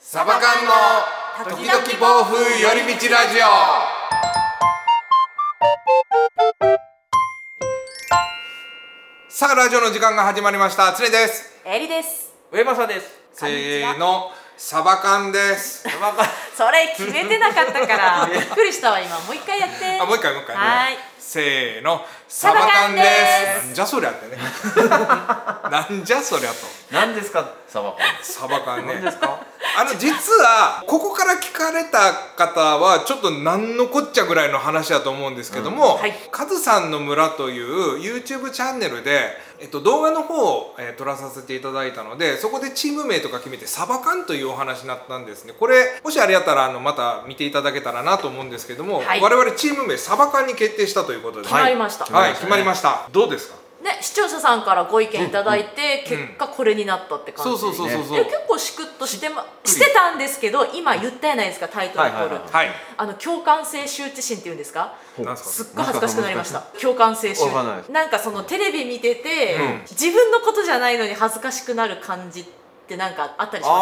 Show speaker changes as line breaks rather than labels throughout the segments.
サバ缶の時々暴風寄り道ラジオさあラジオの時間が始まりました常です
エリです。
上政です。
こんに
せ
ちは
ーのサバ缶です
田中
それ決めてなかったか ら、びっくりしたわ今。もう一回やって。
あもう一回もう一回
はい。
せーのサ
サ
バ
バ
缶
缶
で
で
すなん
す
じゃそりゃってね なんじゃそりゃと
何ですか、サバ
サバ缶ね
何ですか。
あの実はここから聞かれた方はちょっと何のこっちゃぐらいの話だと思うんですけども、
うんはい
カズさんの村という YouTube チャンネルで、えっと、動画の方を、えー撮らさせていただいたのでそこでチーム名とか決めてサバ缶というお話になったんですねこれもしあれやったらあのまた見ていただけたらなと思うんですけども、
はい
我々チーム名サバ缶に決定したということで、
決まりました。
はい決まりましたどうですか
ね視聴者さんからご意見いただいて、
うんうん
結果これになったって感じ。
そうそうそうそうそう
で結構しくっとしてましてたんですけど、今言ったやないですかタイトルコール。
はいはいはい
はい
あの共感性羞恥心っていうんですか。
なんですか
すっごい恥ずかしくなりました。共感性羞
わかんないで
恥。
す
なんかそのテレビ見てて、
うん
自分のことじゃないのに恥ずかしくなる感じってなんかあったりしま
あ
あ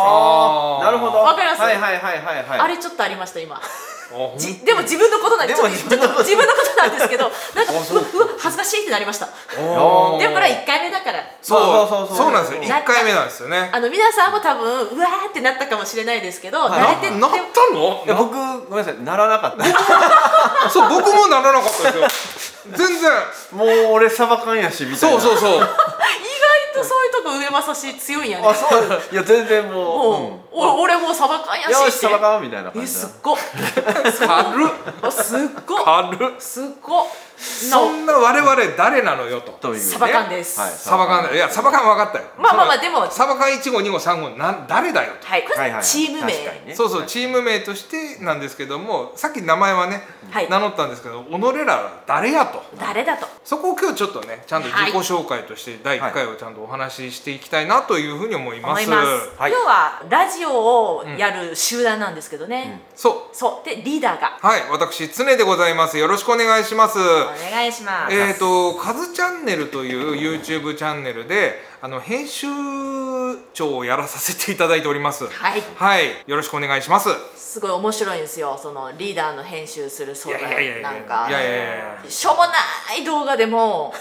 ー
あ、なるほど。
わかります
はいはいはいはいは
せ
い。
ん。あれちょっとありました今。
あほん
じでも自分のことなんで
でも
ちょっとちょっと自分のことなんですけどなんかうわうわ恥ずかしいってなりました
おー
でもこれは1回目だから
そう
そうそう
そ
そうう
なんですよ
なんか
1回目なんですよね
あの皆さんも多分うわーってなったかもしれないですけど、
はい
慣れてって
なったの
いや僕ごめんなさい、ならなかった。
そう僕もならなかった ですよ全然
もう俺サバ缶やしみたい
そ
な。
うそう
う。
そう
意外とそういうとこ上正し強いんやね
あ、そう。いや全然も
もう、お俺もうサバ缶や
う。うん、よ
し
し
って
サバ缶みたいな感
え
じ
すっ
だ。
ごっ
軽っ
あすっごっ
軽っ
すっごっ
そんな我々誰なのよと
というね
サバ缶です
はい
サバ缶いやサバ缶分かったよ
まあまあまあでも
サバ缶1号2号3号なん誰だよと
はいこ
は
れ
いはい。
チーム名、
確かにね
そうそうチーム名としてなんですけどもさっき名前はね
はい
名乗ったんですけど己らは誰やと
誰だと
そこを今日ちょっとねちゃんと自己紹介として第1回をちゃんとお話ししていきたいなというふうに思いま
思い
す
ます、
はい
今日はラジオをやる集団なんですけどね、
そう
そうでリーダーが
はい私常でございますよろしくお願いします
お願いします、
えー、とカズチャンネルという YouTube チャンネルであの編集長をやらさせていただいております
はい
はいよろしくお願いします
すごい面白いんですよそのリーダーの編集する相談
いやいやいやいや
なんか
いやいやいや
しょうもない動画でも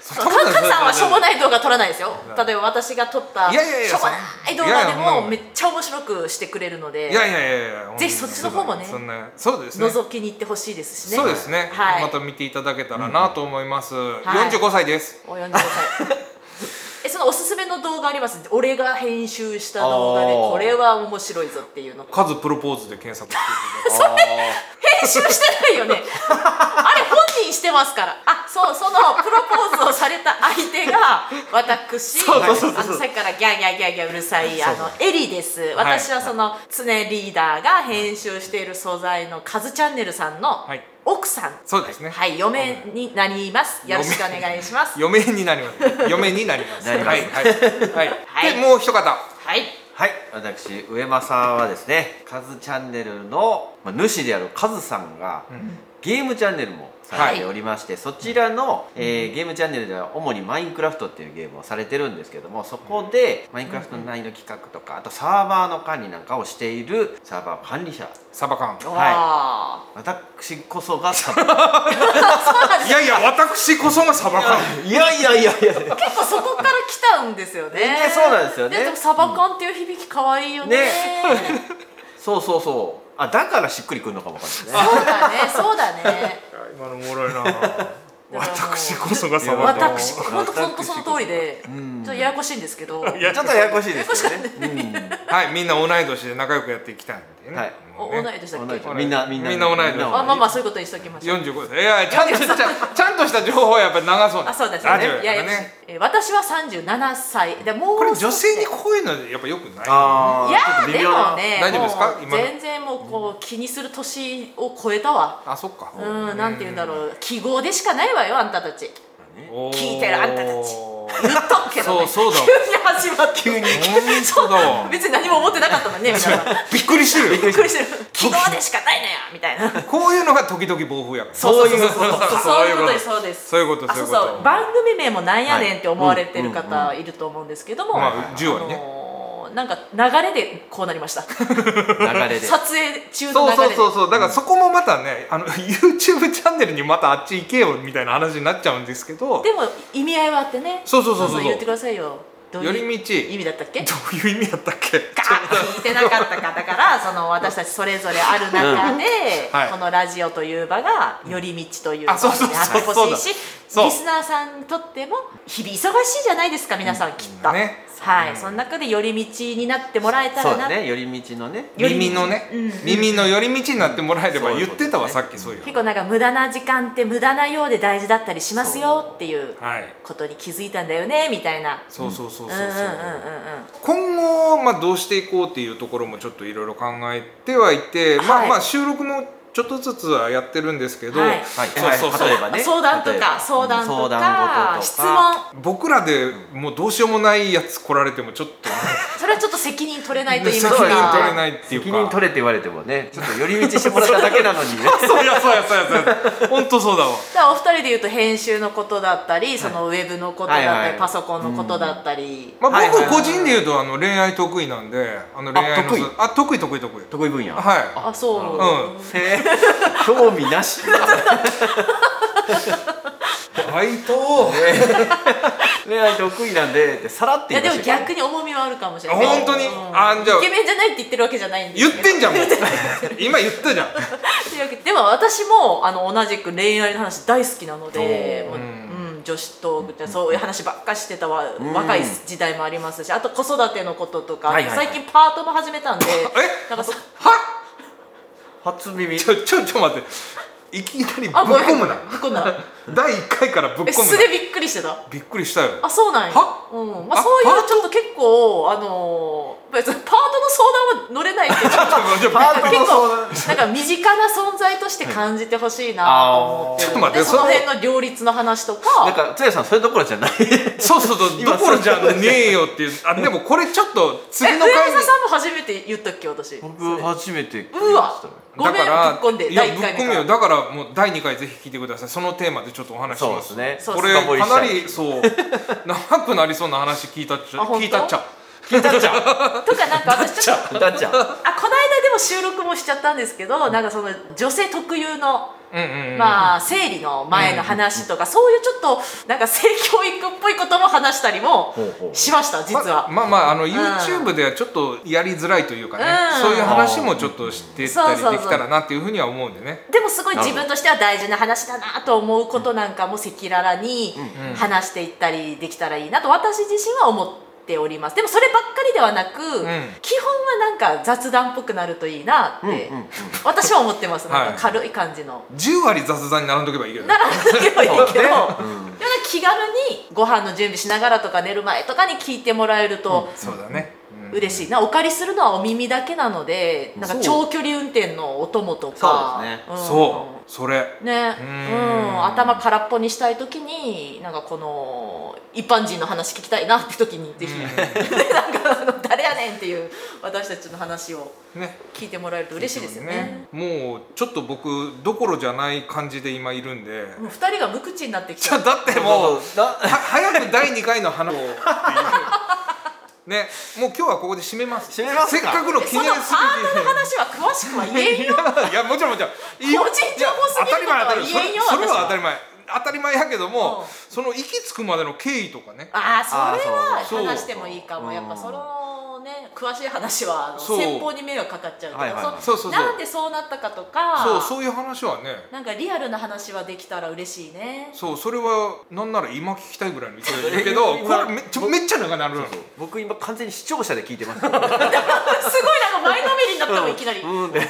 そ
カズさんはしょうもない動画撮らないですよ例えば私が撮った
いやいやいや
しょうもない動画で
そんなこと
も
ない
めっちゃ面白くしてくれるので
いやいやいやいや
ぜひそっちの方もね
そんなそうですね
覗きに行ってほしいですしね
そうですね、
はい
また見ていただけたらなと思います、
はい
45歳です
お45歳 えそのおすすめの動画あります俺が編集した動画で
あー
これは面白いぞっていうの
カズプロポーズで検索して い
あ
編集してないよねあれ本人してますからあそうそのプロポーズをされた相手が私
そうそうそうそう
あのさっきからギャーギャーギャーギャーうるさいあのエリです私はその常リーダーが編集している素材のカズチャンネルさんの
はい
奥さん
そうですね
はい嫁になりますよろしくお願いします
ただきます嫁になります嫁になり ます
なります
はいはい、は、
はいい
でもう一方
はい
はい、私上政はですね、カズチャンネルの、まあ、主であるカズさんが、ゲームチャンネルもされておりまして、そちらの、えーゲームチャンネルでは主にマインクラフトっていうゲームをされてるんですけどもそこでマインクラフトの難易度企画とかあとサーバーの管理なんかをしているサーバー管理者
サバ缶
は
私こそがサバ
いやいや私こそがサバ缶
いやいやいやいやね
結構そこから来たんですよね
そうなんですよね
でもサバ缶っていう響き可愛いよね
ねそうそうそうあだからしっくりくるのかもわかんないね
そうだね、そうだね。
今のおも ろいな私こそがサバ缶
私、本当本当その通りで、ちょっとややこしいんですけど。
や
ちょっとややこしいですよね
はいみんな同い年で仲良くやっていきたいんでね、
はい
お、
もう
同い
ね
年だっ
同い
け
年。みんなみんな
みんな同い年
みんな
あ、まあまあ、そういうことにしときましょう。
45歳いやいやちゃんとしたちゃんちゃんとした情報はやっぱり流そうね
あ、そうですよ
ラジオや
ね。
か
いや
ら
いや
ね、
え私は三十七歳、でもう。
これ女性にこういうのやっぱよくない
あー
いや
ちょっと
ー
微
で
妙な
もね
大丈夫ですか
もう
今の
全然もうこう気にする年を超えたわ
あそっか
うんなんて言うんだろう記号でしかないわよあんたたち
おー
聞いてるあんたたち言っとくけどね
そうそうだわ
急に始まって
急に
本当だ わ
別に何も思ってなかったもんね皆さ ん
びっくりしてる
びっ
よ
くりしてる 昨日でしかないのよみたいな
こういうのが時々暴風やから
そうそうそうそう
そ
そうう
い
いうう
こで
こととですすそうです
そういうこと
あ
そう
そ
いううこと
そう番組名もなんやねんって思われてる
は
方いると思うんですけども、
まあ10割ね
あのもうなんか流れでこうなり ました
流 れで
撮影中の
そう
流れ
そう
で
そうそうだからそこもまたね、あの YouTube チャンネルにまたあっち行けよみたいな話になっちゃうんですけど
でも意味合いはあってね
そうそうそうそう
どんどん言ってくださいよどう
寄
いう
り道
意味だったっけ
どういう意味だったっけ
ガー聞いてなかった方 からその私たちそれぞれある中で、
はい
このラジオという場が寄り道という場
あそうそう
になって
そうそう
ほしいし
そう
リスナーさんにとっても日々忙しいじゃないですか皆さんきっと、
ね
はい、
うん
その中で寄り道になってもらえた
そう
ら
だ
な、
ね寄り道のね
寄り道
耳のね、
うん
耳の寄り道になってもらえれば
そうい
言
う
っ
こと
てたわ、
ね
さっきそういう
結構なんか無駄な時間って無駄なようで大事だったりしますよっていう
はい
ことに気づいたんだよねみたいな
そうそうそうそううんそ
うん
う
うんうんうん
今後、まあ、どうしていこうっていうところもちょっといろいろ考えてはいて、ま
は
あ
い
まあ収録もちょっとずつはやってるんですけど、
はい
はい
そうそうそう
例えばね
相談と
例えば
か相談とか
うん
質
相
問
談事とか
僕らでもうどうしようもないやつ来られてもちょっとね、
それはちょっと責任取れないと言いま
責
すか
任取れないっていうか
責任取れって言われてもねちょっと寄り道してもらっただけなのに ね
そうやそうやそうやそうや本当そうだわ
だからお二人で言うと編集のことだったり、そのウェブのことだったり、
はいはいはい
パソコンのことだったり、
ま
はい
あ、
はい
僕
は
個
い
人で言うとあの恋愛得意なんであの恋愛の
得意
あ得意得意得意
得意分野
は
あそう、
なるほ
ど
へー興味なし
いバイト
恋愛得意なんでってさらって
い
言
やで
いま
も
した
逆
に
に重みはあるかもしれ
あ
ない
本当に
うん
あじゃあ
イケメンじゃないって言ってるわけじゃないんです
言
け
っ
ど
てんじゃんもう今言ったじゃん
というわけででも私もあの同じく恋愛の話大好きなので、
お
もうう
ー
ん、女子トークってそういう話ばっかしてたわ、若い時代もありますしあと子育てのこととか、
はいはいはい
最近パートも始めたんで
え
なんかさ
は
初耳
ちょちょちょ待っていきなりぶっ
あごめん
込むな
ぶっこんだ
第1回からぶっ
え
込む
素
な
でびっくりしてた
びっくりしたよ
あそうなんや
は
うんまあ、
あ
そうい
パー
うちょっと結構あのー別にパートの相談は乗れないけど
ちょ
パートの相談
結構なんか身近な存在として感じてほしいなと思ってる
はいあー
ので
ち
そ
ょっと
の
待って
辺の両立の話と
なん
か
かつやさんそういうところ じゃない
そうそうそうど
今
ころじゃねえよっていうあでもこれちょっと
え
次
上
の回に
政さんも初めて言ったっけ私
僕初めて聞きま
うわ
したね
ごめんぶっ込んで
いや
第
ぶっ
1回
込
目
む
か
よ
ら
だからもう第2回ぜひ聞いてくださいそのテーマでちょっとお話し
そう
ま
ですすね
そう
これ
深掘りし
か
た
ないりそう 長くなりそうな話聞いたっちゃ
あ本当
聞いたっちゃ
聞いたっちゃん
とかなんか私ちょっと
聞いたっちゃん
あこの間でも収録もしちゃったんですけどなんかその女性特有の
うんうんうん
まあ生理の前の話とかそういうちょっとなんか性教育っぽいことも話したりも
ほうほう
しました実は
ままあまああの YouTube ではちょっとやりづらいというかね、
うん
そういう話もちょっとしてたり
そうそうそう
できたらなっていうふうには思うんでね
でもすごい自分としては大事な話だなと思うことなんかも赤裸々に
うん
話していったりできたらいいなと私自身は思っておりますでもそればっかりではなく、基本はなんか雑談っぽくなるといいな
うんう
っ
ん
て私は思ってます、
はい
なんか軽い感じの。
10割雑談に並んどけばいいけどね
ならなければいいけど、でもなんか
うんうん
気軽にご飯の準備しながらとか寝る前とかに聞いてもらえると
そうだね、
嬉しいなお借りするのはお耳だけなのでなんか
そう
長距離運転のお供とか
そうですね
い
ん
そうそれ
ね
うー
うん
ん
頭空っぽにしたい時になんかこの一般人の話聞きたいなって時にぜひ、
うん
で なんかあの誰やねんっていう私たちの話を
ね
聞いてもらえると嬉しいですよね。
もうちょっと僕どころじゃない感じで今いるんで、
もう二人が無口になってき
ち
ちゃ
ょ
う
だってもう
もうだ
は早く第2回の 花をっていうねもう今日はここで締めます
締めます
せ
か
っかくの記
その
念
パー
すべき
トの話は詳しくは言えんよ
いやもちろんもちろんいいよ
個人情報すぎることは言えんよ
いや当たり前当たり前それそれは当た
私は
り前当たり前やけども、
うん
その行き着くまでの経緯とかね
ああ
あー
それは
そうそう
話してもいいか
う
も
ん
やっぱそのね詳しい話はあの
そう
先方に迷惑かかっちゃうけど、
はいはいはい
そうそうそう
なんでそうなったかとか
そうそういう話はね
なんかリアルな話はできたら嬉しいね。
そうそれはなんなら今聞きたいぐらいの勢いだけどこ
今
れめっちゃめっちゃ長なるの
僕今完全に視聴者で聞い てます
すごいなんか前のめりになったもんいきなり。い
うんで
い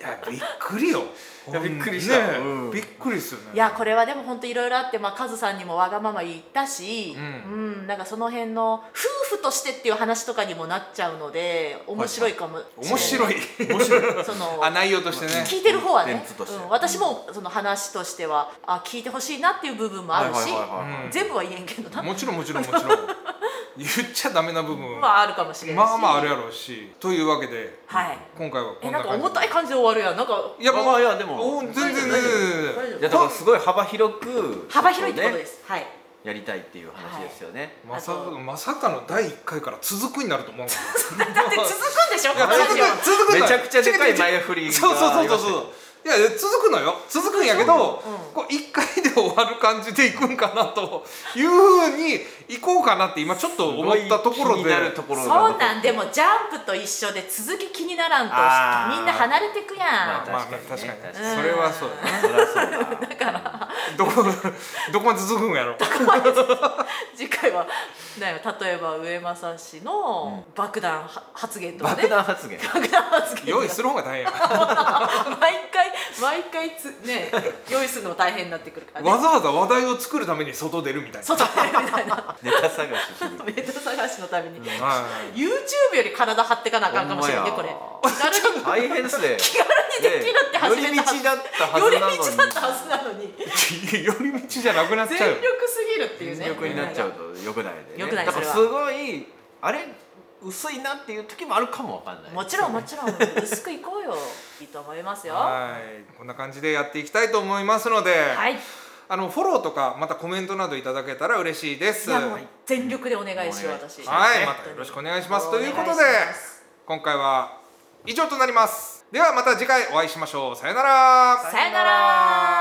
やびっくりよ
いやびっくりした
ねえ
うん
びっくりですよね
やこれはでも本当いろいろあってまあカズさんにもわがまま言ったし、
う
うん、なんかその辺の夫婦としてっていう話とかにもなっちゃうので面白いかもしれない。
面白い
面白い
その
あ内容としてね
聞いてる方は
コン
ね
テンツと、して
うん、私もその話としてはあ聞いてほしいなっていう部分もあるし、
うん
全部は言えんけどな、
もちろんもちろんもち ろん言っちゃダメな部分は
まああるかもしれないし。
まあまああるやろうしというわけで
はい。
今回はこ
え
ん
な
なん
か
感
重
じ
たい感じで終わるやんなんか
いや
まあ
も
まあ
う
いやでも
お全然全然全然
大丈夫
いやだからすごい幅広く
幅広いってことですす。はい。
やりたいっていう話ですよね、
まさ
あと
まさかの第1回から続くになると 思う
だって続くんでしょこの
いや
ラ
続
ジオ
く続くのよ
めちゃくちゃでかい前振りが
そうそう
あ
そう
り
そ
ま
う
し
そ
た
う
よ
いや続くのよ続くんやけど、
そううん
こう1回で終わる感じでいくんかなというふうにいこうかなって今ちょっと思ったところ
気
で
になるところが
そうなんでもジャンプと一緒で続き気にならん
あ
と
ー
みんな離れてく
ま
や
あ
ん、
まあ
確かに
確
ね
かに,、
確
かに
それはそうだね
そり ゃそうだ
だから
どこ どこまで続くんやろ
次回はだよ例えば上政氏の爆弾は発言とかね
爆弾発言
爆弾発言
用意する方が大変や
毎回毎回つね用意するのも大変になってくるからね
わざわざ話題を作るために外出るみたいな
外でみたいな
ネタ探ししに
メータ探しのために、YouTube
はい
より体張ってかなあかんかもしれんね
ほ
こ
んま
れ気軽に
や大変ですね
気軽にできるって始めたはず、
ね寄り道だったは
寄
ず
り
なのに
道だったはずなのに
寄り道じゃなくなっち
全
ゃう
力すぎるっていうね
全力になっちゃうと良くないでね
良くない
だから
そ
す
れ
ごいあれ薄いなっていう時もあるかもわかんない
もちろんもちろん薄くいこうよいいと思いますよは
はいこんな感じでやっていきたいと思いますので、
い
あのフォローとかまたコメントなどいただけたら嬉しいです
いやもう全力でお願いしよう
お願いし
私
はい、またよろしくお願いします。ということで
お願いします、
今回は以上となります。ではまた次回お会いしましょう。さよなら。
さよなら